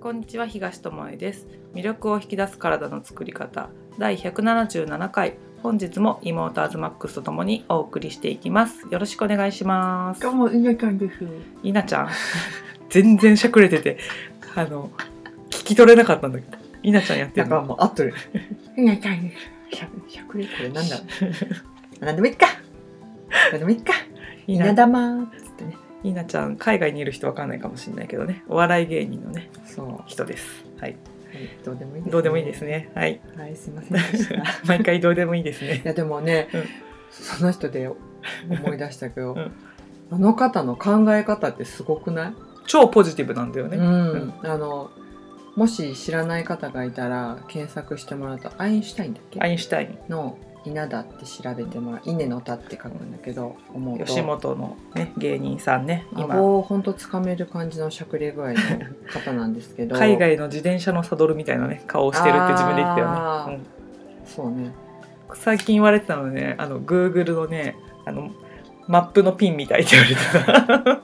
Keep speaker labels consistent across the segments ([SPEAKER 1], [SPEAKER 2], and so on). [SPEAKER 1] こんにちは東智恵です魅力を引き出す体の作り方第177回本日も妹アズマックスとともにお送りしていきますよろしくお願いします
[SPEAKER 2] どうも、いなちゃんです。
[SPEAKER 1] いなちゃん全然しゃくれててあの聞き取れなかったんだけどいなちゃんやって
[SPEAKER 2] な
[SPEAKER 1] る
[SPEAKER 2] んか
[SPEAKER 1] の
[SPEAKER 2] もう合ってる。いなちゃんです。しゃ、しゃくれ、これなんだろう。なんでもいいか。なんでもいいか。
[SPEAKER 1] い
[SPEAKER 2] い
[SPEAKER 1] な
[SPEAKER 2] なだまーっつってね。
[SPEAKER 1] いなちゃん海外にいる人わかんないかもしれないけどねお笑い芸人のね
[SPEAKER 2] そう。は
[SPEAKER 1] 人ですはい
[SPEAKER 2] い、どうでもいいです、
[SPEAKER 1] どうでもいいです。ねはい
[SPEAKER 2] はい、すいませんでした。 い
[SPEAKER 1] 毎回どうでもいいですね
[SPEAKER 2] や、でもね、
[SPEAKER 1] うん
[SPEAKER 2] その人で思い出したけど、
[SPEAKER 1] うん
[SPEAKER 2] あの方の考え方ってすごくない、
[SPEAKER 1] 超ポジティブなんだよね、
[SPEAKER 2] うん。あの、もし知らない方がいたら検索してもらうと、アインシュタインだっけ
[SPEAKER 1] アインシュタイン
[SPEAKER 2] の稲田って調べてもらう稲の田って書くんだけど思うと
[SPEAKER 1] 吉本の、ね、芸人さんね今
[SPEAKER 2] 顎をほんとつかめる感じのしゃくれ具合の方なんですけど
[SPEAKER 1] 海外の自転車のサドルみたいなね顔をしてるって自分で言ってたよ
[SPEAKER 2] あー
[SPEAKER 1] ね、
[SPEAKER 2] そうね
[SPEAKER 1] うん最近言われてたのねあの Google のねあのマップのピンみたいって言われてた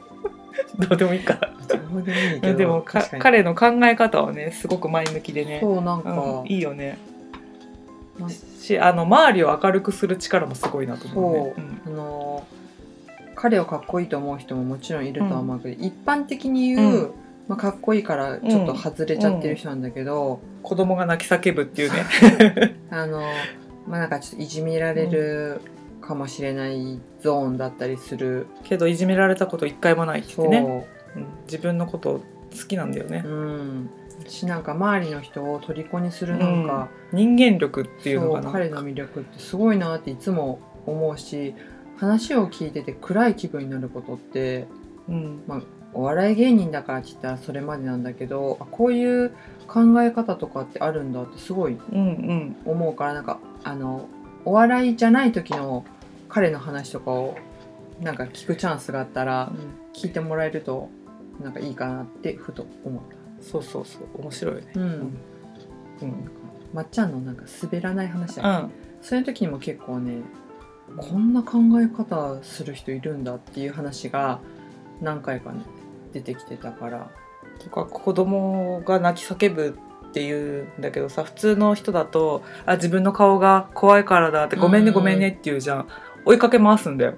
[SPEAKER 1] どうでもいいか
[SPEAKER 2] どうでもいいけど
[SPEAKER 1] でもか
[SPEAKER 2] 確かに
[SPEAKER 1] 彼の考え方はねすごく前向きでね、
[SPEAKER 2] そうなんか、
[SPEAKER 1] うん、いいよね
[SPEAKER 2] ま
[SPEAKER 1] しあの周りを明るくする力もすごいなと思うね
[SPEAKER 2] そあの彼をかっこいいと思う人ももちろんいるとは思うけど、一般的に言う、
[SPEAKER 1] う
[SPEAKER 2] まあ、かっこいいからちょっと外れちゃってる人なんだけど、
[SPEAKER 1] うん子供が泣き叫ぶっていう ね
[SPEAKER 2] あのまあなんかちょっといじめられるかもしれないゾーンだったりする、
[SPEAKER 1] けどいじめられたこと一回もないって言
[SPEAKER 2] そ
[SPEAKER 1] っ
[SPEAKER 2] う
[SPEAKER 1] てね、うん自分のこと好きなんだよね、
[SPEAKER 2] うん、しなんか周りの人を虜にするなんか、
[SPEAKER 1] 人間力っていうの
[SPEAKER 2] そ
[SPEAKER 1] か
[SPEAKER 2] う
[SPEAKER 1] な
[SPEAKER 2] 彼の魅力ってすごいなっていつも思うし話を聞いてて暗い気分になることって
[SPEAKER 1] うん
[SPEAKER 2] お笑い芸人だからって言ったらそれまでなんだけどあこういう考え方とかってあるんだってすごい
[SPEAKER 1] うんうん
[SPEAKER 2] 思うからなんかあのお笑いじゃない時の彼の話とかをなんか聞くチャンスがあったら聞いてもらえるとなんかいいかなってふと思っ
[SPEAKER 1] そうそうそう面白いよね
[SPEAKER 2] た。うん
[SPEAKER 1] うん、
[SPEAKER 2] まっちゃんのなんか滑らない話だっけ
[SPEAKER 1] うん、
[SPEAKER 2] そういう時にも結構ねこんな考え方する人いるんだっていう話が何回かね出てきてたから
[SPEAKER 1] とか子供が泣き叫ぶっていうんだけどさ普通の人だと「あ自分の顔が怖いからだ」って「ごめんね
[SPEAKER 2] うん
[SPEAKER 1] ごめんね」って言うじゃん追いかけ回すんだよ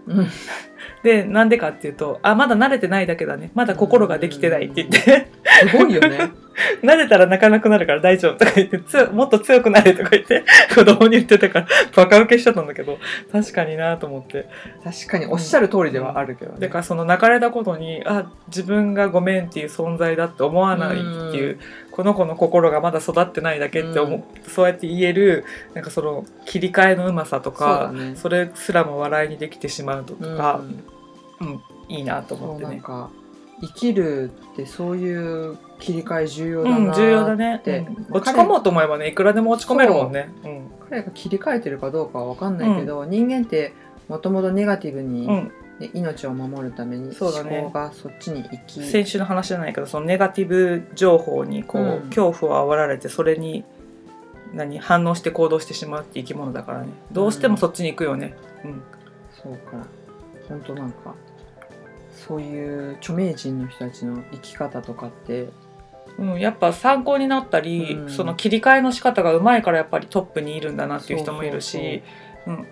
[SPEAKER 1] でなんでかっていうと「あまだ慣れてないだけだねまだ心ができてない」って言って
[SPEAKER 2] すごいよね
[SPEAKER 1] 「慣れたら泣かなくなるから大丈夫」とか言ってつもっと強くなれ」とか言って子供に言ってたからバカ受けしちゃったんだけど確かになと思って
[SPEAKER 2] 確かにおっしゃる通りではあるけどね、
[SPEAKER 1] だからその泣かれたことにあ自分がごめんっていう存在だって思わないっていう、
[SPEAKER 2] う
[SPEAKER 1] この子の心がまだ育ってないだけって思う、そうやって言えるなんかその切り替えのうまさとか
[SPEAKER 2] そう
[SPEAKER 1] そ,、
[SPEAKER 2] だね
[SPEAKER 1] れすらも笑いにできてしまうと
[SPEAKER 2] うん
[SPEAKER 1] か、うんいいなと
[SPEAKER 2] そ
[SPEAKER 1] 思っ
[SPEAKER 2] う
[SPEAKER 1] て
[SPEAKER 2] なん
[SPEAKER 1] ね。
[SPEAKER 2] か生きるってそういう切り替え重要だな
[SPEAKER 1] う
[SPEAKER 2] ー
[SPEAKER 1] ん、重要だね、
[SPEAKER 2] って
[SPEAKER 1] うん落ち込もうと思えばねいくらでも落ち込めるもんねうん
[SPEAKER 2] 彼が切り替えてるかどうかは分かんないけど、人間ってもともとネガティブに、
[SPEAKER 1] うん、
[SPEAKER 2] ね命を守るために
[SPEAKER 1] そう
[SPEAKER 2] 思
[SPEAKER 1] だね
[SPEAKER 2] 考がそっちに行き、
[SPEAKER 1] 先週の話じゃないけどそのネガティブ情報にこう、
[SPEAKER 2] うん
[SPEAKER 1] 恐怖を煽られてそれに何反応して行動してしまうって生き物だからねどうしてもそっちに行くよね、うん
[SPEAKER 2] そうか本当なんかそういう著名人の人たちの生き方とかって
[SPEAKER 1] うん、やっぱ参考になったり、
[SPEAKER 2] うん
[SPEAKER 1] その切り替えの仕方がうまいからやっぱりトップにいるんだなっていう人もいるしうん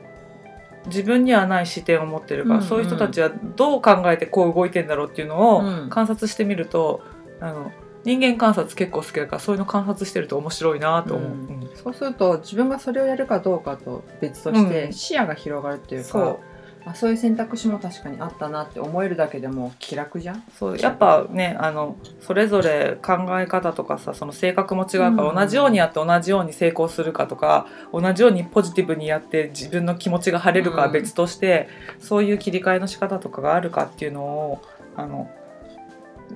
[SPEAKER 1] 自分にはない視点を持ってるから、
[SPEAKER 2] うんうん
[SPEAKER 1] そういう人たちはどう考えてこう動いてんだろうっていうの
[SPEAKER 2] う
[SPEAKER 1] を
[SPEAKER 2] ん
[SPEAKER 1] 観察してみると、あの人間観察結構好きだからそういうの観察してると面白いなと思う。
[SPEAKER 2] うん
[SPEAKER 1] うん
[SPEAKER 2] そうすると自分がそれをやるかどうかと別として、
[SPEAKER 1] うん
[SPEAKER 2] 視野が広がるっていうか
[SPEAKER 1] そう
[SPEAKER 2] あそういう選択肢も確かにあったなって思えるだけでも気楽じゃん
[SPEAKER 1] そうやっぱねあのそれぞれ考え方とかさその性格も違うから、
[SPEAKER 2] うん
[SPEAKER 1] 同じようにやって同じように成功するかとか同じようにポジティブにやって自分の気持ちが晴れるかは別として、そういう切り替えの仕方とかがあるかっていうのをあの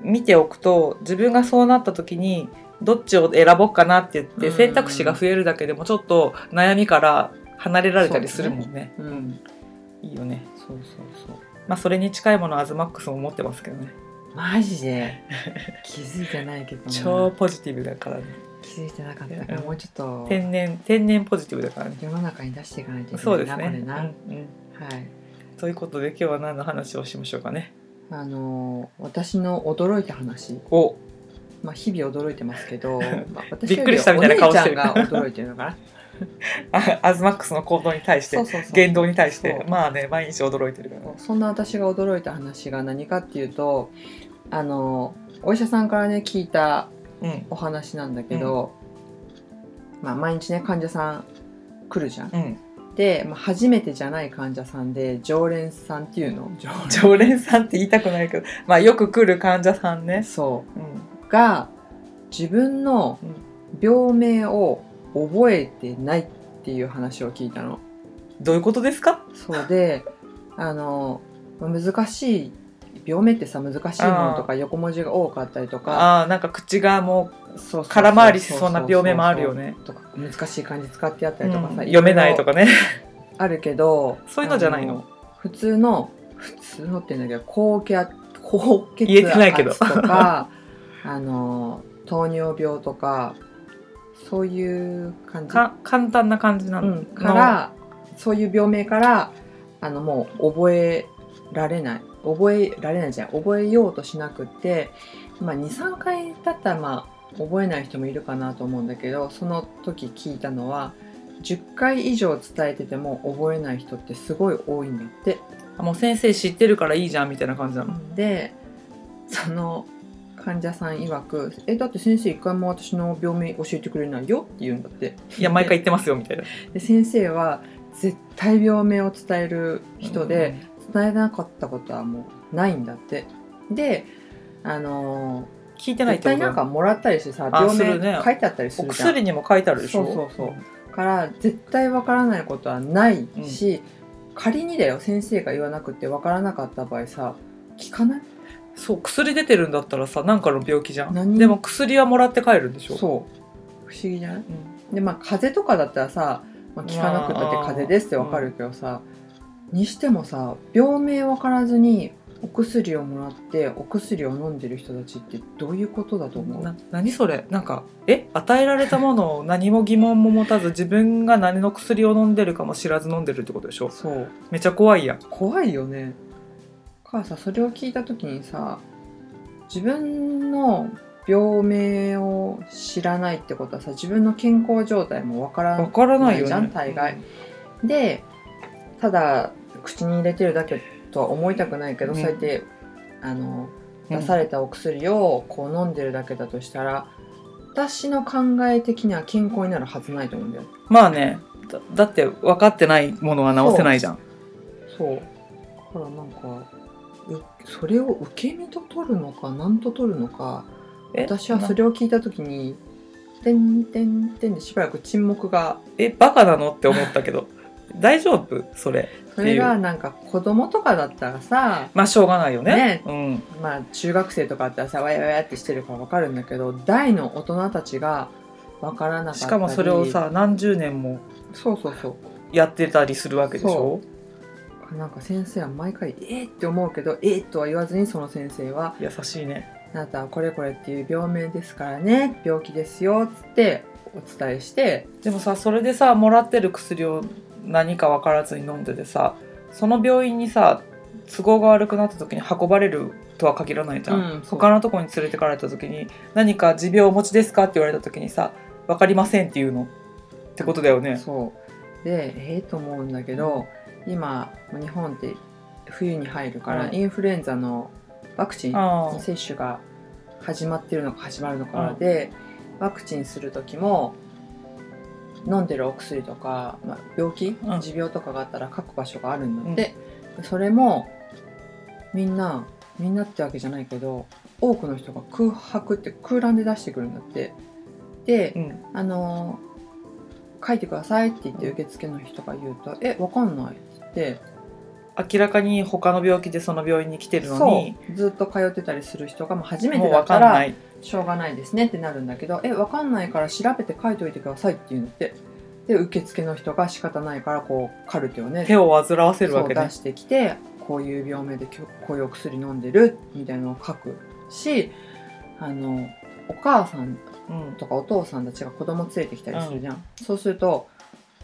[SPEAKER 1] 見ておくと自分がそうなった時にどっちを選ぼうかなって言って、
[SPEAKER 2] うん
[SPEAKER 1] 選択肢が増えるだけでもちょっと悩みから離れられたりするもんね。
[SPEAKER 2] うん
[SPEAKER 1] いいよね。
[SPEAKER 2] そうそうそう
[SPEAKER 1] まあそれに近いものはアズマックスも持ってますけどね。
[SPEAKER 2] マジで 気づいてないけどな
[SPEAKER 1] 超ポジティブだからね。
[SPEAKER 2] 気づいてなかったか
[SPEAKER 1] う
[SPEAKER 2] ら
[SPEAKER 1] ん
[SPEAKER 2] もうちょっと
[SPEAKER 1] 天然天然ポジティブだからね。
[SPEAKER 2] 世の中に出していかないといけ
[SPEAKER 1] そう
[SPEAKER 2] な
[SPEAKER 1] で
[SPEAKER 2] い
[SPEAKER 1] す
[SPEAKER 2] な、
[SPEAKER 1] ね。
[SPEAKER 2] これな、
[SPEAKER 1] うんうん
[SPEAKER 2] はい
[SPEAKER 1] ということで今日は何の話をしましょうかね。
[SPEAKER 2] あのー私の驚いた話
[SPEAKER 1] お、
[SPEAKER 2] まあ、日々驚いてますけ ど、まあ、私
[SPEAKER 1] びっくりしたみたいな顔してる
[SPEAKER 2] よりお姉ちゃんが驚いてるのか な
[SPEAKER 1] あアズマックスの行動に対して
[SPEAKER 2] そうそう
[SPEAKER 1] 言動に対して
[SPEAKER 2] そう
[SPEAKER 1] まあね毎日驚いてるからね
[SPEAKER 2] そんな私が驚いた話が何かっていうとあのお医者さんからね聞いた
[SPEAKER 1] うん
[SPEAKER 2] お話なんだけど、まあ、毎日ね患者さん来るじゃん。
[SPEAKER 1] うん
[SPEAKER 2] で、まあ、初めてじゃない患者さんで常連さんっていうの常
[SPEAKER 1] 常連さんって言いたくないけどまあよく来る患者さんね
[SPEAKER 2] そ
[SPEAKER 1] うん
[SPEAKER 2] うが自分の病名を覚えてないっていう話を聞いたの。
[SPEAKER 1] どういうことですか
[SPEAKER 2] そうであのまあ難しい病名ってさ難しいものとか横文字が多かったりとか
[SPEAKER 1] ああなんか口がも
[SPEAKER 2] そうそうそう
[SPEAKER 1] う空回りしそうな病名もあるよね
[SPEAKER 2] とか難しい漢字使ってあったりとかさ、
[SPEAKER 1] うん読めないと
[SPEAKER 2] か
[SPEAKER 1] かね
[SPEAKER 2] あるけど
[SPEAKER 1] そういうのじゃないの
[SPEAKER 2] あ普通の普通のって言うんだけど高血圧高血
[SPEAKER 1] 言えてないけど
[SPEAKER 2] 圧とかあの糖尿病とかそういう感じ
[SPEAKER 1] か簡単な感じな
[SPEAKER 2] う
[SPEAKER 1] の、
[SPEAKER 2] ん、からそういう病名からあのもう覚えられない覚えられないじゃない覚えようとしなくって、まあ、23回だったらまあ覚えない人もいるかなと思うんだけどその時聞いたのは10回以上伝えてても覚えない人ってすごい多いんだって
[SPEAKER 1] あもう先生知ってるからいいじゃんみたいな感じなの
[SPEAKER 2] でその患者さん曰く「えだって先生一回も私の病名教えてくれないよ」って言うんだって。
[SPEAKER 1] いや毎回言ってますよみたいな
[SPEAKER 2] で先生は絶対病名を伝える人で、伝えなかったことはもうないんだってであの
[SPEAKER 1] うん聞いて
[SPEAKER 2] ー、
[SPEAKER 1] ないっ
[SPEAKER 2] 絶
[SPEAKER 1] てこ
[SPEAKER 2] 対
[SPEAKER 1] と
[SPEAKER 2] なんかもらったりしてさ
[SPEAKER 1] あ
[SPEAKER 2] 病
[SPEAKER 1] するね
[SPEAKER 2] 名書いてあったりす
[SPEAKER 1] お
[SPEAKER 2] るじゃん、
[SPEAKER 1] 薬にも書いてあるでしょ
[SPEAKER 2] そうそうそうから絶対わからないことはないし、仮にだよ先生が言わなくてわからなかった場合さ聞かない
[SPEAKER 1] そう薬出てるんだったらさなんかの病気じゃん
[SPEAKER 2] 何
[SPEAKER 1] でも薬はもらって帰るんでしょ
[SPEAKER 2] そう不思議じゃない
[SPEAKER 1] うん
[SPEAKER 2] でまあ風邪とかだったらさ、まあ、聞かなくったって
[SPEAKER 1] まあ
[SPEAKER 2] 風邪ですってわかるけどさ、にしてもさ病名わからずにお薬をもらってお薬を飲んでる人たちってどういうことだと思う、
[SPEAKER 1] な何それなんかえ与えられたものを何も疑問も持たず自分が何の薬を飲んでるかも知らず飲んでるってことでしょ
[SPEAKER 2] そう
[SPEAKER 1] めちゃ怖いやん
[SPEAKER 2] 怖いよね母さそれを聞いた時にさ自分の病名を知らないってことはさ自分の健康状態もわから
[SPEAKER 1] わからないよね
[SPEAKER 2] じゃん大概でただ口に入れてるだけとは思いたくないけど、
[SPEAKER 1] うん
[SPEAKER 2] そうやってあの
[SPEAKER 1] うん
[SPEAKER 2] 出されたお薬をこう飲んでるだけだとしたら、私の考え的には健康になるはずないと思うんだよ。
[SPEAKER 1] まあねだだって分かってないものは治せないじゃん
[SPEAKER 2] そうだからなんかうそれを受け身と取るのか何と取るのか
[SPEAKER 1] え
[SPEAKER 2] 私はそれを聞いた時に「てんてんてん」でしばらく沈黙が
[SPEAKER 1] えバカなのって思ったけど大丈夫それ
[SPEAKER 2] それがなんか子供とかだったらさ
[SPEAKER 1] まあしょうがないよね
[SPEAKER 2] ね
[SPEAKER 1] うん
[SPEAKER 2] まあ中学生とかだったらさわやわやってしてるからわかるんだけど大の大人たちがわからなかったり
[SPEAKER 1] しかもそれをさ何十年も
[SPEAKER 2] そうそうそ
[SPEAKER 1] やってたりするわけでしょ
[SPEAKER 2] そうんなんか先生は毎回「えっ!」って思うけど「えっ!」とは言わずにその先生は
[SPEAKER 1] 優しいね
[SPEAKER 2] あなたはこれこれっていう病名ですからね病気ですよっつってお伝えして
[SPEAKER 1] でもさそれでさもらってる薬を何か分からずに飲んでてさその病院にさ都合が悪くなった時に運ばれるとは限らないじゃん、
[SPEAKER 2] うんそう
[SPEAKER 1] 他のとこに連れてかれた時に何か持病をお持ちですかって言われた時にさ分かりませんっていうのってことだよね
[SPEAKER 2] そうでええと思うんだけど今日本って冬に入るから、
[SPEAKER 1] うん
[SPEAKER 2] インフルエンザのワクチン
[SPEAKER 1] ああ
[SPEAKER 2] 接種が始まってるのか始まるのか
[SPEAKER 1] う
[SPEAKER 2] ら
[SPEAKER 1] ん
[SPEAKER 2] で、ワクチンする時も飲んでるお薬とか、まあ、病気、
[SPEAKER 1] うん
[SPEAKER 2] 持病とかがあったら書く場所があるんだって、でそれもみんなみんなってわけじゃないけど多くの人が空白って空欄で出してくるんだってで、
[SPEAKER 1] うん
[SPEAKER 2] あの書いてくださいって言って受付の人が言うと「えわかんない」って言って
[SPEAKER 1] 明らかに他の病気でその病院に来てるの
[SPEAKER 2] そ
[SPEAKER 1] に
[SPEAKER 2] うずっと通ってたりする人がもう初め
[SPEAKER 1] も
[SPEAKER 2] て
[SPEAKER 1] う
[SPEAKER 2] だ
[SPEAKER 1] 分
[SPEAKER 2] か
[SPEAKER 1] かん
[SPEAKER 2] ら
[SPEAKER 1] ない
[SPEAKER 2] しょうがないですねってなるんだけど「えわかんないから調べて書いといてください」って言うんだってで受付の人が仕方ないからこうカルテをね
[SPEAKER 1] 手を煩わせるわ
[SPEAKER 2] そう
[SPEAKER 1] け
[SPEAKER 2] 出
[SPEAKER 1] ね
[SPEAKER 2] してきてこういう病名できょこういうお薬飲んでるみたいなのを書くしあのお母さん
[SPEAKER 1] うん
[SPEAKER 2] とかお父さんたちが子供連れてきたりするじゃん、そうすると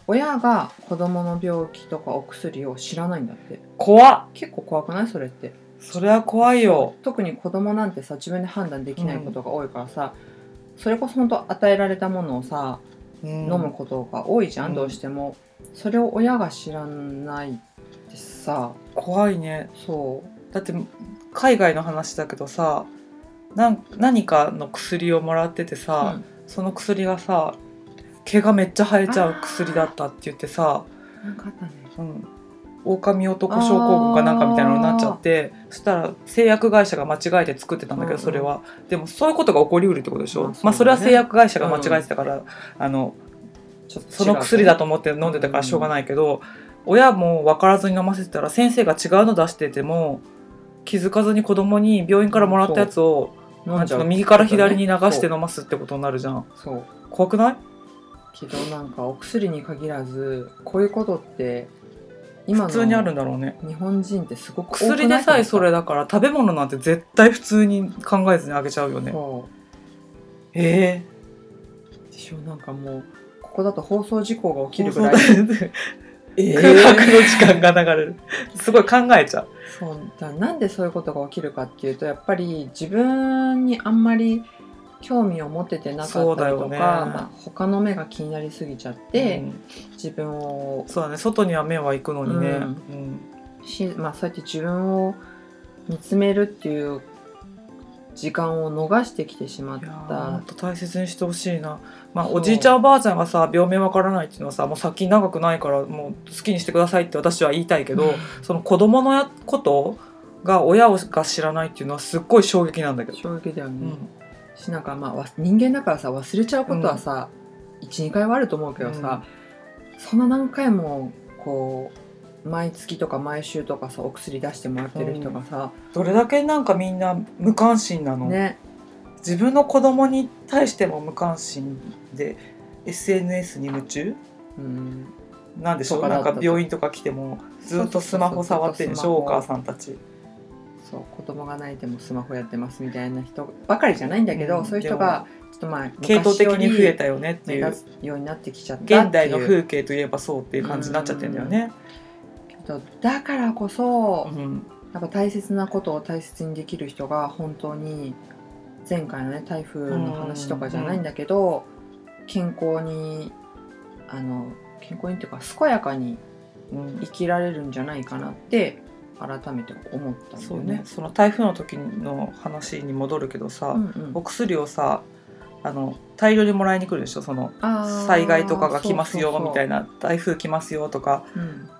[SPEAKER 2] 親が子供の病気とかお薬を知らないんだって
[SPEAKER 1] 怖っ
[SPEAKER 2] 結構怖くないそれって
[SPEAKER 1] それは怖いよ
[SPEAKER 2] 特に子供なんてさ自分で判断できないことが多いからさ、それこそ本当与えられたものをさ、
[SPEAKER 1] 飲
[SPEAKER 2] 飲むことが多いじゃん、
[SPEAKER 1] うん
[SPEAKER 2] どうしてもそれを親が知らないってさ
[SPEAKER 1] 怖いね
[SPEAKER 2] そ
[SPEAKER 1] だって海外の話だけどさなん何かの薬をもらってて
[SPEAKER 2] う、
[SPEAKER 1] さ、その薬がさ毛がめっちゃ生えちゃう薬だったって言ってさ
[SPEAKER 2] うんなんかあったね
[SPEAKER 1] うん狼男症候群かなんかみたいなのになっちゃってそしたら製薬会社が間違えて作ってたんだけど
[SPEAKER 2] うんうん
[SPEAKER 1] それは、でもそういうことが起こりうるってことでしょ、
[SPEAKER 2] まあそうだね
[SPEAKER 1] まあそれは製薬会社が間違えてたから、あの
[SPEAKER 2] ちょっと違う
[SPEAKER 1] その薬だと思って飲んでたからしょうがないけど、親も分からずに飲ませてたら先生が違うの出してても気づかずに子供に病院からもらったやつを
[SPEAKER 2] 飲んじゃ
[SPEAKER 1] なんていう
[SPEAKER 2] う
[SPEAKER 1] の右から左に流して飲ますってことになるじゃん
[SPEAKER 2] そう
[SPEAKER 1] 怖くない
[SPEAKER 2] けどなんかお薬に限らずこういうことって
[SPEAKER 1] 普
[SPEAKER 2] 今の
[SPEAKER 1] 通にあるんだろうね
[SPEAKER 2] 日本人ってすごく多くない
[SPEAKER 1] 薬でさえそれだから食べ物なんて絶対普通に考えずにあげちゃうよね
[SPEAKER 2] そ
[SPEAKER 1] え
[SPEAKER 2] うでしょなんかもうここだと放送事故が
[SPEAKER 1] え
[SPEAKER 2] 起きるぐ らい、え
[SPEAKER 1] 空白の時間が流れるすごい考えちゃう
[SPEAKER 2] そうだからなんでそういうことが起きるかっていうとやっぱり自分にあんまり興味を持ててなか
[SPEAKER 1] そ
[SPEAKER 2] っ
[SPEAKER 1] うだ
[SPEAKER 2] たりと
[SPEAKER 1] よ
[SPEAKER 2] か、
[SPEAKER 1] ね
[SPEAKER 2] まあ、他の目が気になりすぎちゃって、
[SPEAKER 1] うん
[SPEAKER 2] 自分を
[SPEAKER 1] そうだね外には目は行くのにね、
[SPEAKER 2] うんし、まあ、そうやって自分を見つめるっていう時間を逃してきてしまっ
[SPEAKER 1] いやーも
[SPEAKER 2] た
[SPEAKER 1] っと大切にしてほしいな、まあ、
[SPEAKER 2] そう
[SPEAKER 1] おじいちゃんおばあちゃんがさ病名わからないっていうのはさもう先長くないからもう好きにしてくださいって私は言いたいけ
[SPEAKER 2] け
[SPEAKER 1] ど、その子供のやことが親が知らないっていうのはすっごい衝撃なんだけど、
[SPEAKER 2] 衝撃だよ
[SPEAKER 1] う
[SPEAKER 2] ね、
[SPEAKER 1] ん、
[SPEAKER 2] しなんかまあわ人間だからさ忘れちゃうことはさ、12回はあると思うけどさ、そんな何回もこう毎月とか毎週とかさお薬出してもらってる人がさ、
[SPEAKER 1] どれだけなんかみんな無関心なの、
[SPEAKER 2] ね
[SPEAKER 1] 自分の子供に対しても無関心で SNS に夢中
[SPEAKER 2] うん
[SPEAKER 1] なんでしょ
[SPEAKER 2] と
[SPEAKER 1] う
[SPEAKER 2] かだ
[SPEAKER 1] な
[SPEAKER 2] っ
[SPEAKER 1] ん
[SPEAKER 2] た
[SPEAKER 1] か病院とか来てもずっとスマホ触ってるでしょお母さんたち。
[SPEAKER 2] そう子供が泣いてもスマホやってますみたいな人ばかりじゃないんだけど、
[SPEAKER 1] うん
[SPEAKER 2] そういう人がちょっとまあ
[SPEAKER 1] 系統的に増え
[SPEAKER 2] った
[SPEAKER 1] よねって
[SPEAKER 2] 目
[SPEAKER 1] いう
[SPEAKER 2] 立つようになってきちゃったっていう
[SPEAKER 1] 現代の風景といえばそうっていう感じになっちゃってんだよね。
[SPEAKER 2] だからこそ、
[SPEAKER 1] うん
[SPEAKER 2] やっぱ大切なことを大切にできる人が本当に前回のね台風の話とかじゃないんだけど、健康にあの健康にっていうか健やかに
[SPEAKER 1] うん
[SPEAKER 2] 生きられるんじゃないかなって改めて思ったんだ
[SPEAKER 1] そ
[SPEAKER 2] よ
[SPEAKER 1] うね
[SPEAKER 2] ね。
[SPEAKER 1] その台風の時の話に戻るけどさ、
[SPEAKER 2] うんうん
[SPEAKER 1] お薬をさあの大量にもらいに来るでしょその災害とかが来ますよみたい
[SPEAKER 2] な。
[SPEAKER 1] な台風来ますよとか
[SPEAKER 2] うん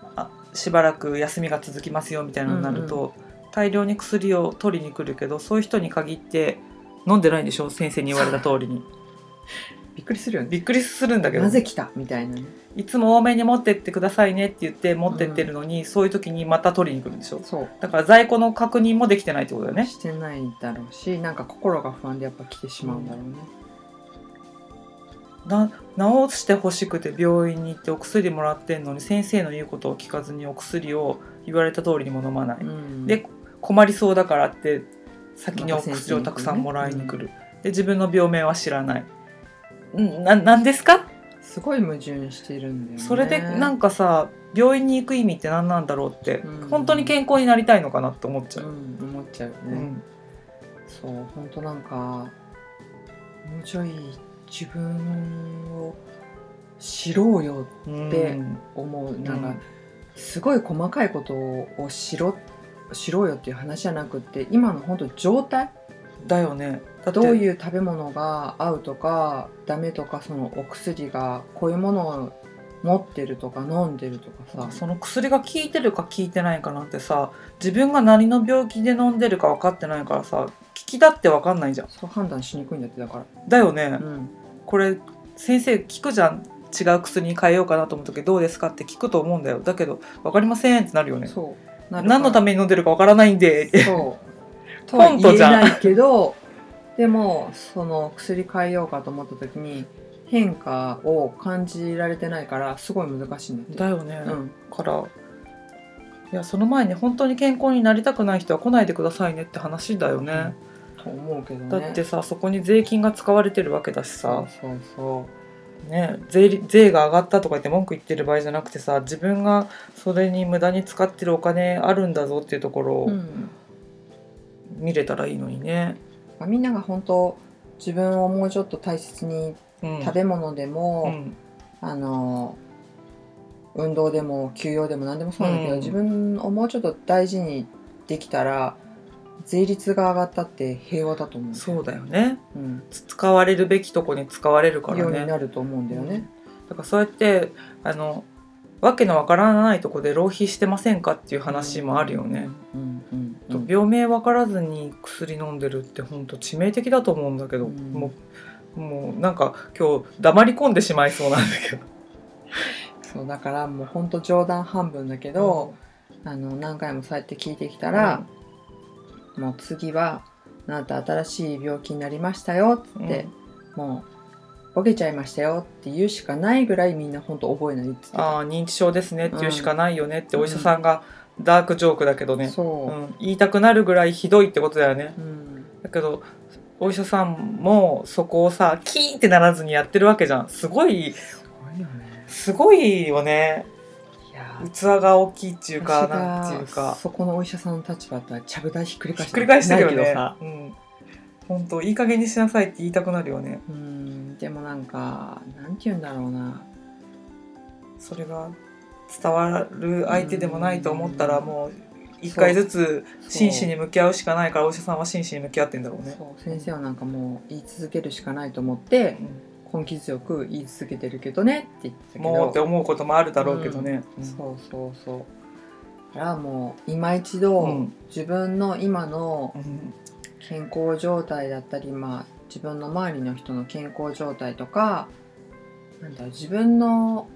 [SPEAKER 1] しばらく休みが続きますよみたいなのになると、大量に薬を取りに来るけどそういう人に限って飲んでないんでしょ先生に言われた通りに。
[SPEAKER 2] びっくりするよね。
[SPEAKER 1] びっくりするんだけど
[SPEAKER 2] なぜ来たみたいなね。
[SPEAKER 1] いつも多めに持ってってくださいねって言って持ってってるのに、そういう時にまた取りに来るんでしょ
[SPEAKER 2] そう
[SPEAKER 1] だから在庫の確認もできてないってことだよね
[SPEAKER 2] してないだろうしなんか心が不安でやっぱ来てしまうんだろうね。
[SPEAKER 1] な治してほしくて病院に行ってお薬もらってんのに先生の言うことを聞かずにお薬を言われた通りにも飲まない、
[SPEAKER 2] うん
[SPEAKER 1] で困りそうだからって先にお
[SPEAKER 2] また先
[SPEAKER 1] 薬を
[SPEAKER 2] 生に行くね
[SPEAKER 1] たくさんもらいに来る、で自分の病名は知らないんななんですか
[SPEAKER 2] すごい矛盾してるんだよね。
[SPEAKER 1] それでなんかさ病院に行く意味って何なんだろうって、
[SPEAKER 2] うん
[SPEAKER 1] 本当に健康になりたいのかなって思っちゃ
[SPEAKER 2] う
[SPEAKER 1] う、
[SPEAKER 2] ん、思っちゃうよね、
[SPEAKER 1] うん
[SPEAKER 2] そう本当なんかもうちょい自分を知ろうよ
[SPEAKER 1] で、
[SPEAKER 2] 思うなんか、
[SPEAKER 1] うん
[SPEAKER 2] すごい細かいことを知ろ知ろうよっていう話じゃなくって今の本当状態
[SPEAKER 1] だよねだって
[SPEAKER 2] どういう食べ物が合うとかダメとかそのお薬がこういうものを持ってるとか飲んでるとかさ
[SPEAKER 1] その薬が効いてるか効いてないかなんてさ自分が何の病気で飲んでるか分かってないからさ効きだって分かんないじゃん
[SPEAKER 2] そう判断しにくいんだってだか
[SPEAKER 1] だよね
[SPEAKER 2] ら、、うん、
[SPEAKER 1] これ先生聞くじゃん違う薬に変えようかなと思う時どうですかって聞くと思うんだよだけど分かりませんってなるよね
[SPEAKER 2] そうなるから
[SPEAKER 1] 何のために飲んでるか分からないんでって
[SPEAKER 2] そう。と
[SPEAKER 1] コ
[SPEAKER 2] は
[SPEAKER 1] ント
[SPEAKER 2] 言え
[SPEAKER 1] じゃん
[SPEAKER 2] ないけど、でも、その薬変えようかと思った時に、変化を感じられてないから、すごい難しいん だっ
[SPEAKER 1] だよね、
[SPEAKER 2] て。うん。
[SPEAKER 1] からいやその前に本当に健康になりたくない人は来ないでくださいねって話だよね、
[SPEAKER 2] と思うけどね。
[SPEAKER 1] だってさそこに税金が使われてるわけだしさ、
[SPEAKER 2] そうそうそう。
[SPEAKER 1] ね、税率税が上がったとか言って文句言ってる場合じゃなくてさ自分がそれに無駄に使ってるお金あるんだぞっていうところを
[SPEAKER 2] うん
[SPEAKER 1] 見れたらいいのにね。
[SPEAKER 2] まあ、みんなが本当自分をもうちょっと大切に
[SPEAKER 1] うん
[SPEAKER 2] 食べ物でも、
[SPEAKER 1] うん
[SPEAKER 2] あの運動でも休養でも何でもそうなんだけど、
[SPEAKER 1] うん
[SPEAKER 2] 自分をもうちょっと大事にできたら税率が上がったって平和だと思う、
[SPEAKER 1] そうだよね
[SPEAKER 2] うん、
[SPEAKER 1] つ使われるべきとこに使われるからね。
[SPEAKER 2] ようになると思うんだよね。
[SPEAKER 1] だからそうやってあのわけのわからないとこで浪費してませんかっていう話もあるよね。。
[SPEAKER 2] うんうんう
[SPEAKER 1] と
[SPEAKER 2] ん
[SPEAKER 1] 病名わからずに薬飲んでるって本当致命的だと思うんだけど、
[SPEAKER 2] うん
[SPEAKER 1] もうもうなんか今日黙り込んでしまいそうなんだけ ど。
[SPEAKER 2] そうだからもう本当冗談半分だけど、あの何回もそうやって聞いてきたら、もう次は「あなた新しい病気になりましたよ」
[SPEAKER 1] う
[SPEAKER 2] っ
[SPEAKER 1] ん
[SPEAKER 2] て、もうボケちゃいましたよって言うしかないぐらいみんな本当覚えないって言ってた
[SPEAKER 1] ああ認知症ですねっていうしかないよねってお医者さんがダークジョークだけどね、
[SPEAKER 2] そうう、
[SPEAKER 1] ん、言いたくなるぐらいひどいってことだよね。
[SPEAKER 2] うん
[SPEAKER 1] だけどお医者さんもそこをさキーンってならずにやってるわけじゃんすごい
[SPEAKER 2] すごいよね。
[SPEAKER 1] すごいよね
[SPEAKER 2] いやー
[SPEAKER 1] 器が大きいっていうか
[SPEAKER 2] 私が
[SPEAKER 1] なんていうか
[SPEAKER 2] そこのお医者さんの立場だったらちゃぶ台ひっくり
[SPEAKER 1] ひ
[SPEAKER 2] 返
[SPEAKER 1] っ
[SPEAKER 2] し
[SPEAKER 1] くり返してるよ
[SPEAKER 2] ない
[SPEAKER 1] ねうん本当いい加減にしなさいって言いたくなるよね
[SPEAKER 2] うんでもなんかなんて言うんだろうな
[SPEAKER 1] それが伝わる相手でもないと思ったら
[SPEAKER 2] うん
[SPEAKER 1] もう一回ずつ
[SPEAKER 2] そう
[SPEAKER 1] 真摯に向き合うしかないからお医者さんは真摯に向き合ってんだろうね
[SPEAKER 2] そう先生はなんかもう言い続けるしかないと思って根気強く言い続けてるけどねって言って
[SPEAKER 1] う
[SPEAKER 2] たけ
[SPEAKER 1] ん
[SPEAKER 2] ど
[SPEAKER 1] もうって思うこともあるだろうけどねうん
[SPEAKER 2] そうそうそうだからもう今一度、
[SPEAKER 1] うん
[SPEAKER 2] 自分の今の
[SPEAKER 1] うん
[SPEAKER 2] 健康状態だったり、まあ、自分の周りの人の健康状態とかなんだろう自分の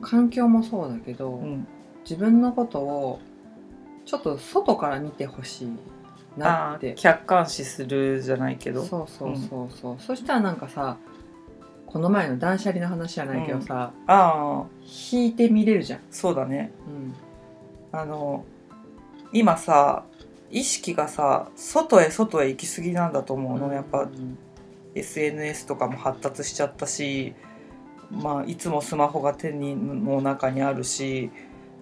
[SPEAKER 2] 環境もそうだけど、
[SPEAKER 1] うん
[SPEAKER 2] 自分のことをちょっと外から見てほしいな
[SPEAKER 1] あ
[SPEAKER 2] って
[SPEAKER 1] ー客観視するじゃないけど
[SPEAKER 2] そうそうそうそう、そしたらなんかさこの前の断捨離の話じゃないけどさ、
[SPEAKER 1] ああ
[SPEAKER 2] 引いて見れるじゃん、
[SPEAKER 1] そうだね
[SPEAKER 2] うん
[SPEAKER 1] あの今さ意識がさ外へ外へ行き過ぎなんだと思うの、やっ
[SPEAKER 2] う
[SPEAKER 1] ぱ
[SPEAKER 2] ん
[SPEAKER 1] SNS とかも発達しちゃったし、まあ、いつもスマホが手にの中にあるし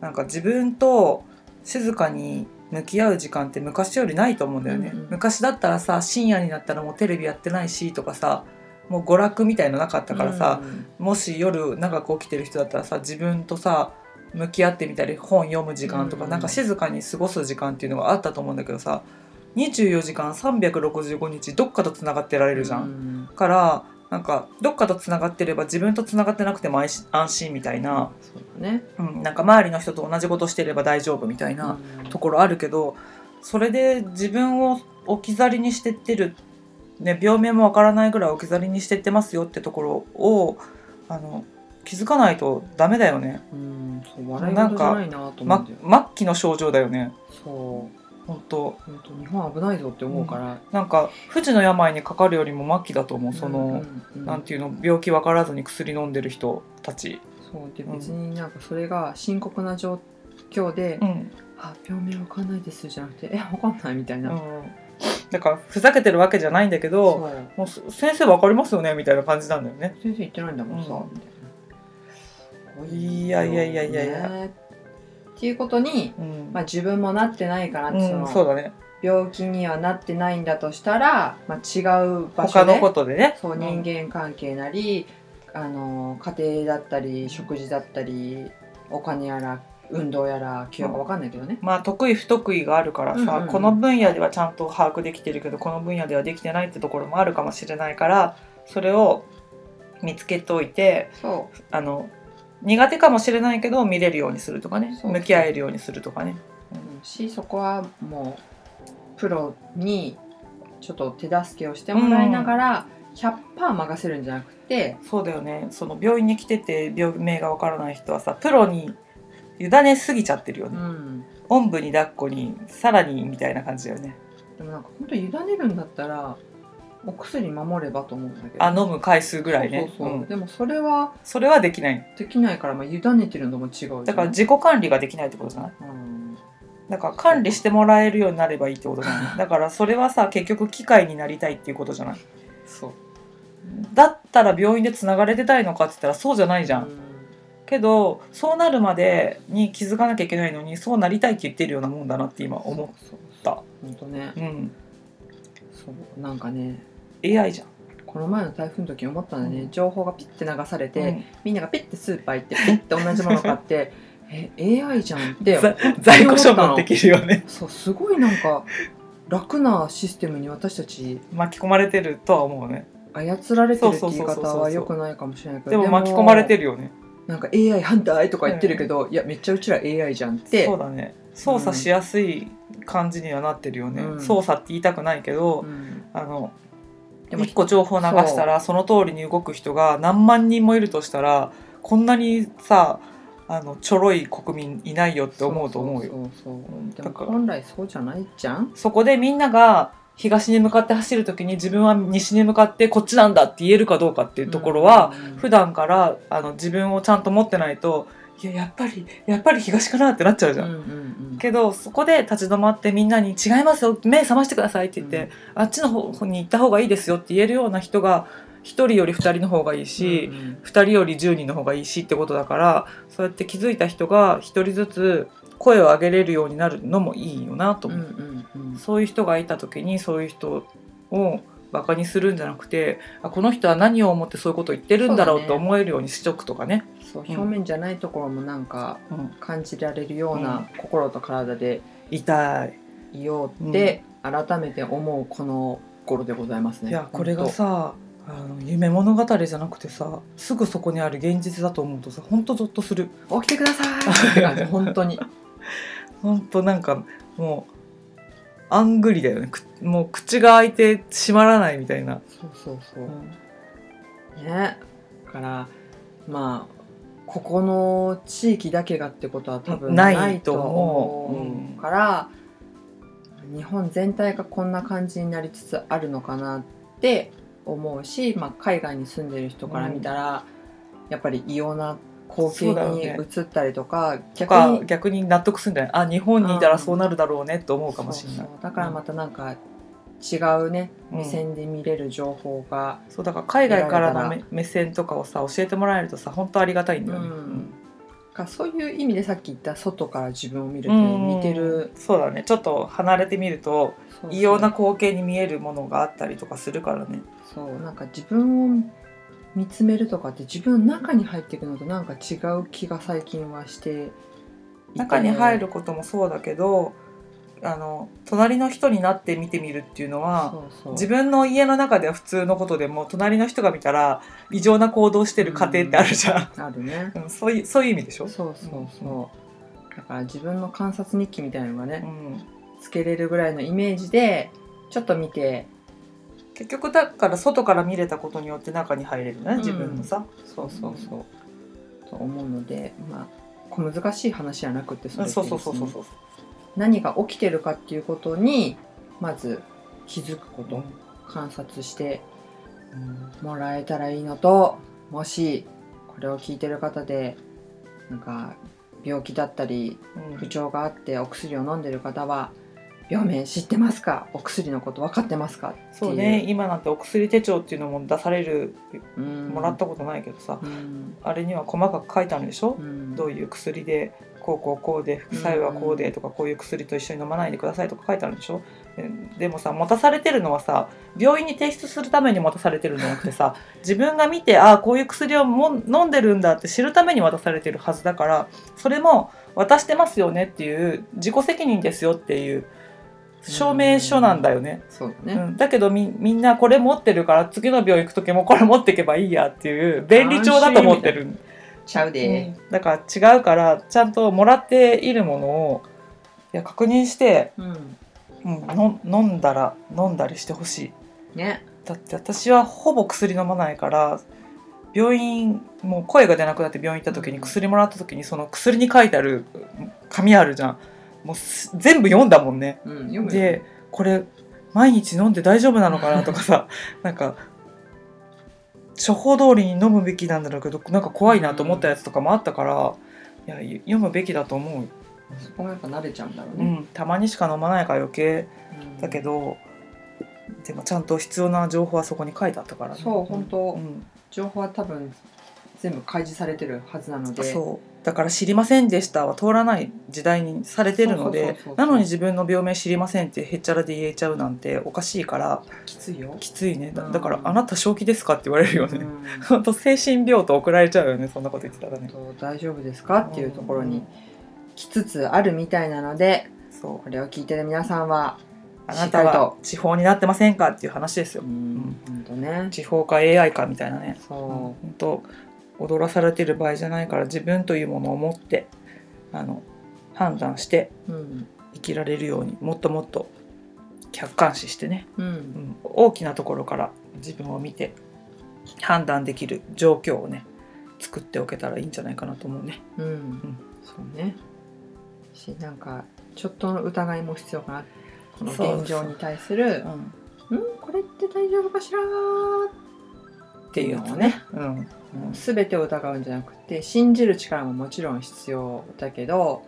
[SPEAKER 1] なんか自分と静かに向き合う時間って昔よりないと思うんだよね、
[SPEAKER 2] うんうん
[SPEAKER 1] 昔だったらさ深夜になったらもうテレビやってないしとかさもう娯楽みたいのなかったからさ、
[SPEAKER 2] うん
[SPEAKER 1] もし夜長く起きてる人だったらさ自分とさ向き合ってみたり本読む時間とか、
[SPEAKER 2] うん
[SPEAKER 1] なんか静かに過ごす時間っていうのがあったと思うんだけどさ24時間365日どっかとつながってられるじゃん。
[SPEAKER 2] うん
[SPEAKER 1] からなんかどっかとつながってれば自分とつながってなくても安心安心みたいな、
[SPEAKER 2] そうだね
[SPEAKER 1] うん、なんか周りの人と同じことしてれば大丈夫みたいな
[SPEAKER 2] うん
[SPEAKER 1] ところあるけどそれで自分を置き去りにしてってる、ね、病名もわからないぐらい置き去りにしてってますよってところをあの気づかないとダメだよね、
[SPEAKER 2] うんそう笑い事じゃないなと思うん
[SPEAKER 1] ま
[SPEAKER 2] だよ、、
[SPEAKER 1] 末期の症状だよね
[SPEAKER 2] そう
[SPEAKER 1] 本当
[SPEAKER 2] 本当日本危ないぞって思うから、
[SPEAKER 1] なんか不治の病にかかるよりも末期だと思うその、
[SPEAKER 2] うんうん
[SPEAKER 1] なんていうの病気わからずに薬飲んでる人たち。
[SPEAKER 2] そうで
[SPEAKER 1] うん
[SPEAKER 2] 別になんかそれが深刻な状況で「
[SPEAKER 1] うん
[SPEAKER 2] あ病名わかんないです」じゃなくて「えわかんない」みたいな、
[SPEAKER 1] うん、だからふざけてるわけじゃないんだけど
[SPEAKER 2] そう
[SPEAKER 1] もうす先生わかりますよねみたいな感じなんだよね。
[SPEAKER 2] 先生言ってないんだもんさ、
[SPEAKER 1] うん
[SPEAKER 2] みたいなこう
[SPEAKER 1] いやいやいやいやいや
[SPEAKER 2] ねっていうことに、
[SPEAKER 1] うん
[SPEAKER 2] まあ、自分もなってないから、
[SPEAKER 1] うん
[SPEAKER 2] その
[SPEAKER 1] そうだね
[SPEAKER 2] 病気にはなってないんだとしたら、まあ、違う場所
[SPEAKER 1] 他
[SPEAKER 2] で
[SPEAKER 1] のことでね。
[SPEAKER 2] そう人間関係なり、あの家庭だったり食事だったりお金やら運動やら給与かわかんないけどね、
[SPEAKER 1] まあ、得意不得意があるからさ、
[SPEAKER 2] うんうん
[SPEAKER 1] この分野ではちゃんと把握できてるけどこの分野ではできてないってところもあるかもしれないからそれを見つけておいて
[SPEAKER 2] そ
[SPEAKER 1] あの苦手かもしれないけど見れるようにするとかね
[SPEAKER 2] そう
[SPEAKER 1] 向き合えるようにするとかね。
[SPEAKER 2] う、うんしそこはもうプロにちょっと手助けをしてもらいながら、100%任せるんじゃなくて
[SPEAKER 1] そうだよねその病院に来てて病名がわからない人はさプロに委ねすぎちゃってるよ
[SPEAKER 2] う
[SPEAKER 1] ね、
[SPEAKER 2] ん
[SPEAKER 1] おんぶに抱っこにさらにみたいな感じだよね
[SPEAKER 2] でもなんか本当委ねるんだったらお薬守ればと思うんだけど
[SPEAKER 1] あ飲む回数ぐらいね
[SPEAKER 2] そうそうそう
[SPEAKER 1] うん
[SPEAKER 2] でもそれは
[SPEAKER 1] それはできない
[SPEAKER 2] できないから、まあ、委ねてるのも違うじゃん
[SPEAKER 1] だから自己管理ができないってことじゃない
[SPEAKER 2] うん
[SPEAKER 1] だから管理してもらえるようになればいいってことじゃないだからそれはさ結局機械になりたいっていうことじゃない
[SPEAKER 2] そう
[SPEAKER 1] だったら病院でつながれてたいのかって言ったらそうじゃないじゃん、けどそうなるまでに気づかなきゃいけないのにそうなりたいって言ってるようなもんだなって今思った
[SPEAKER 2] 本当ね
[SPEAKER 1] う、うん、
[SPEAKER 2] そうなんかね
[SPEAKER 1] AI じゃん
[SPEAKER 2] この前の台風の時思ったんだね、
[SPEAKER 1] うん
[SPEAKER 2] 情報がピッて流されて、
[SPEAKER 1] うん
[SPEAKER 2] みんながピッてスーパー行ってピッて同じもの買って え AI じゃんって
[SPEAKER 1] ざ在庫処分できるよね
[SPEAKER 2] そうすごいなんか楽なシステムに私たち
[SPEAKER 1] 巻き込まれてるとは思うね
[SPEAKER 2] 操られてるって
[SPEAKER 1] そうそうそう
[SPEAKER 2] 言い
[SPEAKER 1] そう
[SPEAKER 2] 方
[SPEAKER 1] そう
[SPEAKER 2] は良くないかもしれないけど
[SPEAKER 1] でも巻き込まれて
[SPEAKER 2] る
[SPEAKER 1] るよね
[SPEAKER 2] なんか AI 反対とか言ってるけど、いやめっちゃうちら AI じゃんって
[SPEAKER 1] そうだね操作しやすい感じにはなってるよね、
[SPEAKER 2] うん
[SPEAKER 1] 操作って言いたくないけど、
[SPEAKER 2] うん
[SPEAKER 1] あの
[SPEAKER 2] でも
[SPEAKER 1] 一個情報流したらその通りに動く人が何万人もいるとしたらこんなにさあのちょろい国民いないよって思うと思うよ。
[SPEAKER 2] そうそうそう
[SPEAKER 1] うん
[SPEAKER 2] で
[SPEAKER 1] だ
[SPEAKER 2] も
[SPEAKER 1] から
[SPEAKER 2] 本来そうじゃないじゃん
[SPEAKER 1] そこでみんなが東に向かって走る時に自分は西に向かってこっちなんだって言えるかどうかっていうところは、、
[SPEAKER 2] うん
[SPEAKER 1] 普段からあの自分をちゃんと持ってないといややっぱりやっぱり東かなってなっちゃうじゃん。
[SPEAKER 2] うんうんうん
[SPEAKER 1] けどそこで立ち止まってみんなに「違いますよ目覚ましてください」って言って、あっちの方に行った方がいいですよって言えるような人が1人より2人の方がいいし、
[SPEAKER 2] うんうん
[SPEAKER 1] 2人より10人の方がいいしってことだからそうやって気づいた人が1人ずつ声を上げれるようになるのもいいよなと
[SPEAKER 2] うん
[SPEAKER 1] 思う、
[SPEAKER 2] うんうん
[SPEAKER 1] そういう人がいた時にそういう人をバカにするんじゃなくてあこの人は何を思ってそういうことを言ってるんだろう
[SPEAKER 2] そうだ
[SPEAKER 1] と
[SPEAKER 2] ね
[SPEAKER 1] 思えるようにしとくとかね。
[SPEAKER 2] そう
[SPEAKER 1] うん
[SPEAKER 2] 表面じゃないところもなんか
[SPEAKER 1] うん
[SPEAKER 2] 感じられるような心と体で
[SPEAKER 1] 痛い
[SPEAKER 2] いようって改めて思うこの頃でございますね。
[SPEAKER 1] いやこれがさあの夢物語じゃなくてさすぐそこにある現実だと思うとさほんとゾッとする
[SPEAKER 2] 本当起きてくださいって 感じ本当に
[SPEAKER 1] ほんとなんかもうあんぐりだよねくもう口が開いて閉まらないみたいな、
[SPEAKER 2] そうそうそううんねだからまあここの地域だけがってことは多分
[SPEAKER 1] ない
[SPEAKER 2] ないと
[SPEAKER 1] と思うう
[SPEAKER 2] 思
[SPEAKER 1] ん
[SPEAKER 2] うから日本全体がこんな感じになりつつあるのかなって思うし、まあ、海外に住んでる人から見たら、やっぱり異様な光
[SPEAKER 1] そうだ
[SPEAKER 2] 景
[SPEAKER 1] よ
[SPEAKER 2] に
[SPEAKER 1] ね
[SPEAKER 2] 映ったりとか、
[SPEAKER 1] と
[SPEAKER 2] 逆
[SPEAKER 1] か
[SPEAKER 2] に
[SPEAKER 1] 逆に納得するんじゃないあ日本にいたらそうなるだろうねって思うかもしれ
[SPEAKER 2] そ
[SPEAKER 1] な
[SPEAKER 2] う
[SPEAKER 1] い
[SPEAKER 2] そうだからまたなんか違うね、
[SPEAKER 1] うん
[SPEAKER 2] 目線で見れる情報が、
[SPEAKER 1] そうだから海外からの
[SPEAKER 2] 見られ
[SPEAKER 1] め目線とかをさ教えてもらえるとさ本当ありがたいんだよね、
[SPEAKER 2] う
[SPEAKER 1] うんん
[SPEAKER 2] かそういう意味でさっき言った外から自分を見るっていう似てる
[SPEAKER 1] うんそうだねちょっと離れてみると
[SPEAKER 2] そうそう
[SPEAKER 1] 異様な光景に見えるものがあったりとかするからね
[SPEAKER 2] そうなんか自分を見つめるとかって自分の中に入っていくのとなんか違う気が最近はしていて
[SPEAKER 1] 中に入ることもそうだけどあの隣の人になって見てみるっていうのは
[SPEAKER 2] そうそう
[SPEAKER 1] 自分の家の中では普通のことでも隣の人が見たら異常な行動してる過程ってあるじゃん、
[SPEAKER 2] あるね
[SPEAKER 1] うんそういうそういう意味でしょ、
[SPEAKER 2] そうそうそうだから自分の観察日記みたいなのが
[SPEAKER 1] う
[SPEAKER 2] ね
[SPEAKER 1] ん、
[SPEAKER 2] つけれるぐらいのイメージでちょっと見て
[SPEAKER 1] 結局だから外から見れたことによって中に入れるね自分のさ、
[SPEAKER 2] そうそうそうと思うのでまあ小難しい話じゃなくて
[SPEAKER 1] う
[SPEAKER 2] そ
[SPEAKER 1] ん
[SPEAKER 2] れって
[SPEAKER 1] そ
[SPEAKER 2] いう
[SPEAKER 1] そうそうそう
[SPEAKER 2] 別に
[SPEAKER 1] そう
[SPEAKER 2] 何が起きてるかっていうことにまず気づくこと観察して
[SPEAKER 1] うん
[SPEAKER 2] もらえたらいいのともしこれを聞いてる方でなんか病気だったり
[SPEAKER 1] うん
[SPEAKER 2] 不調があってお薬を飲んでる方は病名知ってますかお薬のこと分かってますかっていう
[SPEAKER 1] そうね、今なんてお薬手帳っていうのも出される
[SPEAKER 2] うん、
[SPEAKER 1] もらったことないけどさ、
[SPEAKER 2] うん、
[SPEAKER 1] あれには細かく書いてあるでしょ、
[SPEAKER 2] うん
[SPEAKER 1] どういう薬でこうこうこうで副作用はこうでとかこういう薬と一緒に飲まないでくださいとか書いてあるでしょえでもさ持たされてるのはさ病院に提出するために持たされてるんじゃなくてさ自分が見てああこういう薬をもん飲んでるんだって知るために渡されてるはずだからそれも渡してますよねっていう自己責任ですよっていう証明書なんだよね。
[SPEAKER 2] そう
[SPEAKER 1] う
[SPEAKER 2] だね、
[SPEAKER 1] ん、だけどみみんなこれ持ってるから次の病院行く時もこれ持ってけばいいやっていう便利帳だと思ってる
[SPEAKER 2] ちゃうで、
[SPEAKER 1] うんだから違うからちゃんともらっているものをいや確認して、
[SPEAKER 2] うん、
[SPEAKER 1] うん、の飲んだら飲んだりしてほしい
[SPEAKER 2] ね
[SPEAKER 1] だって私はほぼ薬飲まないから病院もう声が出なくなって病院行った時に
[SPEAKER 2] うん
[SPEAKER 1] 薬もらった時にその薬に書いてある紙あるじゃんもうす全部読んだもんね
[SPEAKER 2] うん読むよ
[SPEAKER 1] でこれ毎日飲んで大丈夫なのかなとか さなんか処方通りに飲むべきなんだろうけどなんか怖いなと思ったやつとかもあったから、いや読むべきだと思うよ、
[SPEAKER 2] そこもやっぱ慣れちゃうんだろう
[SPEAKER 1] う
[SPEAKER 2] ね、
[SPEAKER 1] ん、たまにしか飲まないから余計だけ
[SPEAKER 2] ど
[SPEAKER 1] ど、でもちゃんと必要な情報はそこに書いてあったからね
[SPEAKER 2] そう本当
[SPEAKER 1] うん
[SPEAKER 2] 情報は多分全部開示されてるはずなので
[SPEAKER 1] そうだから「知りませんでした」は通らない時代にされてるの
[SPEAKER 2] そうそう
[SPEAKER 1] で
[SPEAKER 2] そうそう
[SPEAKER 1] なのに自分の病名知りませんってへっちゃらで言えちゃうなんておかしいから
[SPEAKER 2] きついよ、
[SPEAKER 1] きついねだ
[SPEAKER 2] うん
[SPEAKER 1] だから「あなた正気ですか?」って言われるよ
[SPEAKER 2] う
[SPEAKER 1] ね、
[SPEAKER 2] ん、
[SPEAKER 1] ほんと精神病と送られちゃうよねそんなこと言ってたらね
[SPEAKER 2] と大丈夫ですかっていうところに来つつあるみたいなので
[SPEAKER 1] そう
[SPEAKER 2] これを聞いてる皆さんは
[SPEAKER 1] あなた
[SPEAKER 2] しっかり
[SPEAKER 1] は
[SPEAKER 2] と
[SPEAKER 1] 地方になってませんかっていう話です
[SPEAKER 2] う
[SPEAKER 1] よ
[SPEAKER 2] ん本当ね
[SPEAKER 1] 地方か AI かみたいなね
[SPEAKER 2] そ
[SPEAKER 1] 本当踊らされてる場合じゃないから自分というものを持ってあの判断して
[SPEAKER 2] ううん
[SPEAKER 1] 生きられるようにもっともっと客観視してね、
[SPEAKER 2] う
[SPEAKER 1] うんん、大きなところから自分を見て判断できる状況をね作っておけたらいいんじゃないかなと思うね。
[SPEAKER 2] うん、そうねしなんかちょっとの疑いも必要かなこの現状に対する
[SPEAKER 1] うん、
[SPEAKER 2] うんこれって大丈夫かしら
[SPEAKER 1] っていうのをね。うんうん
[SPEAKER 2] 全てを疑うんじゃなくて信じる力ももちろん必要だけど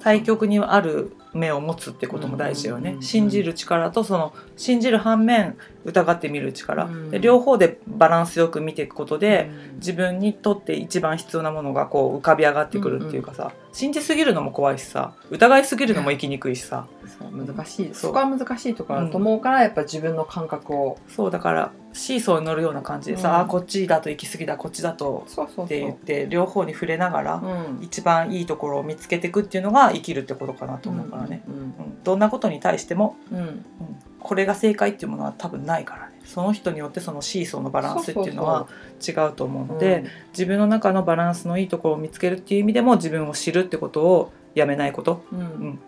[SPEAKER 1] 対極にある目を持つってことも大事よね、
[SPEAKER 2] うんうんうん
[SPEAKER 1] 信じる力とその信じる反面疑ってみる力、
[SPEAKER 2] うん
[SPEAKER 1] で両方でバランスよく見ていくことで、
[SPEAKER 2] うん
[SPEAKER 1] 自分にとって一番必要なものがこう浮かび上がってくるっていうかさ、信じすぎるのも怖いしさ疑いすぎるのも生きにくいしさ
[SPEAKER 2] そう難しい
[SPEAKER 1] そう
[SPEAKER 2] そこは難しいところだと思うから、やっぱ自分の感覚を
[SPEAKER 1] そうだからシーソーに乗るような感じでさ、
[SPEAKER 2] うん
[SPEAKER 1] あーこっちだと行き過ぎだこっちだと
[SPEAKER 2] そうそう
[SPEAKER 1] って
[SPEAKER 2] そ
[SPEAKER 1] 言っ
[SPEAKER 2] う、
[SPEAKER 1] て両方に触れながら、
[SPEAKER 2] うん、
[SPEAKER 1] 一番いいところを見つけていくっていうのが生きるってことかなと思うからね、
[SPEAKER 2] うん
[SPEAKER 1] うんどんなことに対しても
[SPEAKER 2] うんうん
[SPEAKER 1] うんこれが正解っていうものは多分ないからねその人によってそのシーソーのバランスっていうのは違うと思うので自分の中のバランスのいいところを見つけるっていう意味でも自分を知るってことをやめないこと
[SPEAKER 2] うん
[SPEAKER 1] ん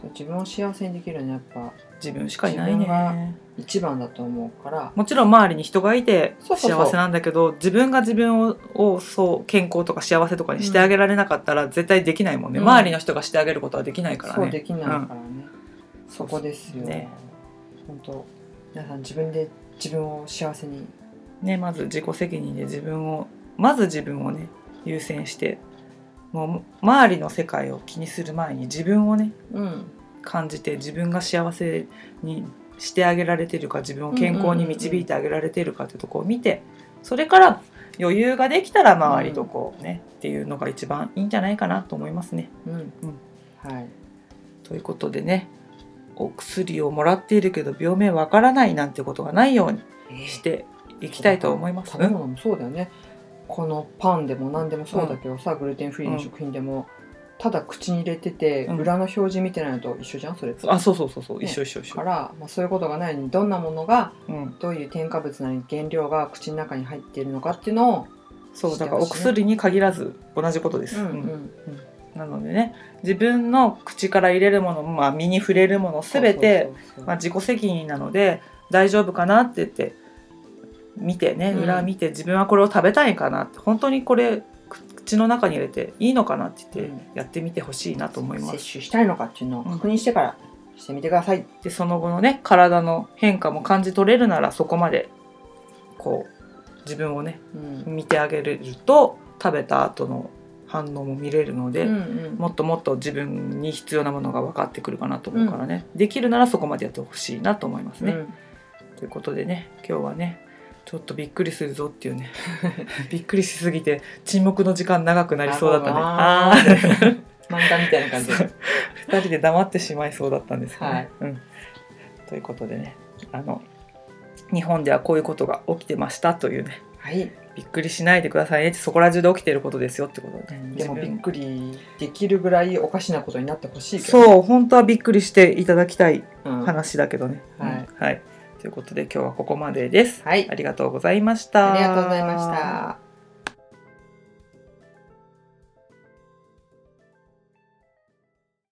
[SPEAKER 2] そう自分を幸せにできるのはやっぱ
[SPEAKER 1] 自分しかいない
[SPEAKER 2] 自分が
[SPEAKER 1] ね
[SPEAKER 2] 一番だと思うから
[SPEAKER 1] もちろん周りに人がいて
[SPEAKER 2] そうそうそう
[SPEAKER 1] 幸せなんだけど自分が自分ををそう健康とか幸せとかにしてあげられなかったら絶対できないもんね、
[SPEAKER 2] うん
[SPEAKER 1] 周りの人がしてあげることはできないから
[SPEAKER 2] そうで
[SPEAKER 1] ね
[SPEAKER 2] きないからね、そこですよ
[SPEAKER 1] ね
[SPEAKER 2] 本当皆さん自分で自分を幸せに
[SPEAKER 1] ねまず自己責任で自分をまず自分をね優先してもう周りの世界を気にする前に自分をね
[SPEAKER 2] うん
[SPEAKER 1] 感じて自分が幸せにしてあげられてるか自分を健康に導いてあげられてるかってとこを見てそれから余裕ができたら周りとこうね、っていうのが一番いいんじゃないかなと思いますね。
[SPEAKER 2] うん、
[SPEAKER 1] ん
[SPEAKER 2] はい
[SPEAKER 1] ということでねお薬をもらっているけど病名わからないなんてことがないようにしていきたいと思います。
[SPEAKER 2] 食べ物もそうだよねこのパンでも何でもそうだけどさ、グルテンフリーの食品でも、ただ口に入れてて、
[SPEAKER 1] うん
[SPEAKER 2] 裏の表示見てないのと一緒じゃんそれ
[SPEAKER 1] あそうそうそうそう一緒一緒一緒
[SPEAKER 2] か。ら、まあ、そういうことがないようにどんなものが
[SPEAKER 1] うん、
[SPEAKER 2] どういう添加物なり原料が口の中に入っているのかっていうのを、
[SPEAKER 1] そうだからお薬に限らず同じことです。うんなのでね自分の口から入れるもの、まあ、身に触れるもの全て
[SPEAKER 2] そうそうそうそう
[SPEAKER 1] まあ、自己責任なので大丈夫かなって言って見てね
[SPEAKER 2] うん
[SPEAKER 1] 裏見て自分はこれを食べたいかなって本当にこれく口の中に入れていいのかなって言ってやってみてほしいなと思います。
[SPEAKER 2] 摂取したいのかっていうのを確認してからしてみてください、
[SPEAKER 1] でその後のね体の変化も感じ取れるならそこまでこう自分をね
[SPEAKER 2] うん
[SPEAKER 1] 見てあげれると食べた後の反応も見れるので、
[SPEAKER 2] うん
[SPEAKER 1] もっともっと自分に必要なものが分かってくるかなと思うからね、できるならそこまでやってほしいなと思いますね。ということでね今日はねちょっとびっくりするぞっていうね びっくりしすぎて沈黙の時間長くなりそうだったね
[SPEAKER 2] あ
[SPEAKER 1] あ
[SPEAKER 2] ー
[SPEAKER 1] ー
[SPEAKER 2] 漫画みたいな感じ
[SPEAKER 1] そう 二人で黙ってしまいそうだったんですけどね、
[SPEAKER 2] はい
[SPEAKER 1] うん、ということでねあの日本ではこういうことが起きてましたというね
[SPEAKER 2] はい
[SPEAKER 1] びっくりしないでくださいねってそこら中で起きてることですよってことで、ね、
[SPEAKER 2] でもび
[SPEAKER 1] 自
[SPEAKER 2] っ
[SPEAKER 1] 分
[SPEAKER 2] くりできるぐらいおかしなことになってほしいけど、
[SPEAKER 1] そう本当はびっくりしていただきたい
[SPEAKER 2] うんはい
[SPEAKER 1] 話だけどね、
[SPEAKER 2] うんはい
[SPEAKER 1] うんはい、ということで今日はここまでです、
[SPEAKER 2] あり
[SPEAKER 1] ありがとうございました
[SPEAKER 2] がとうございました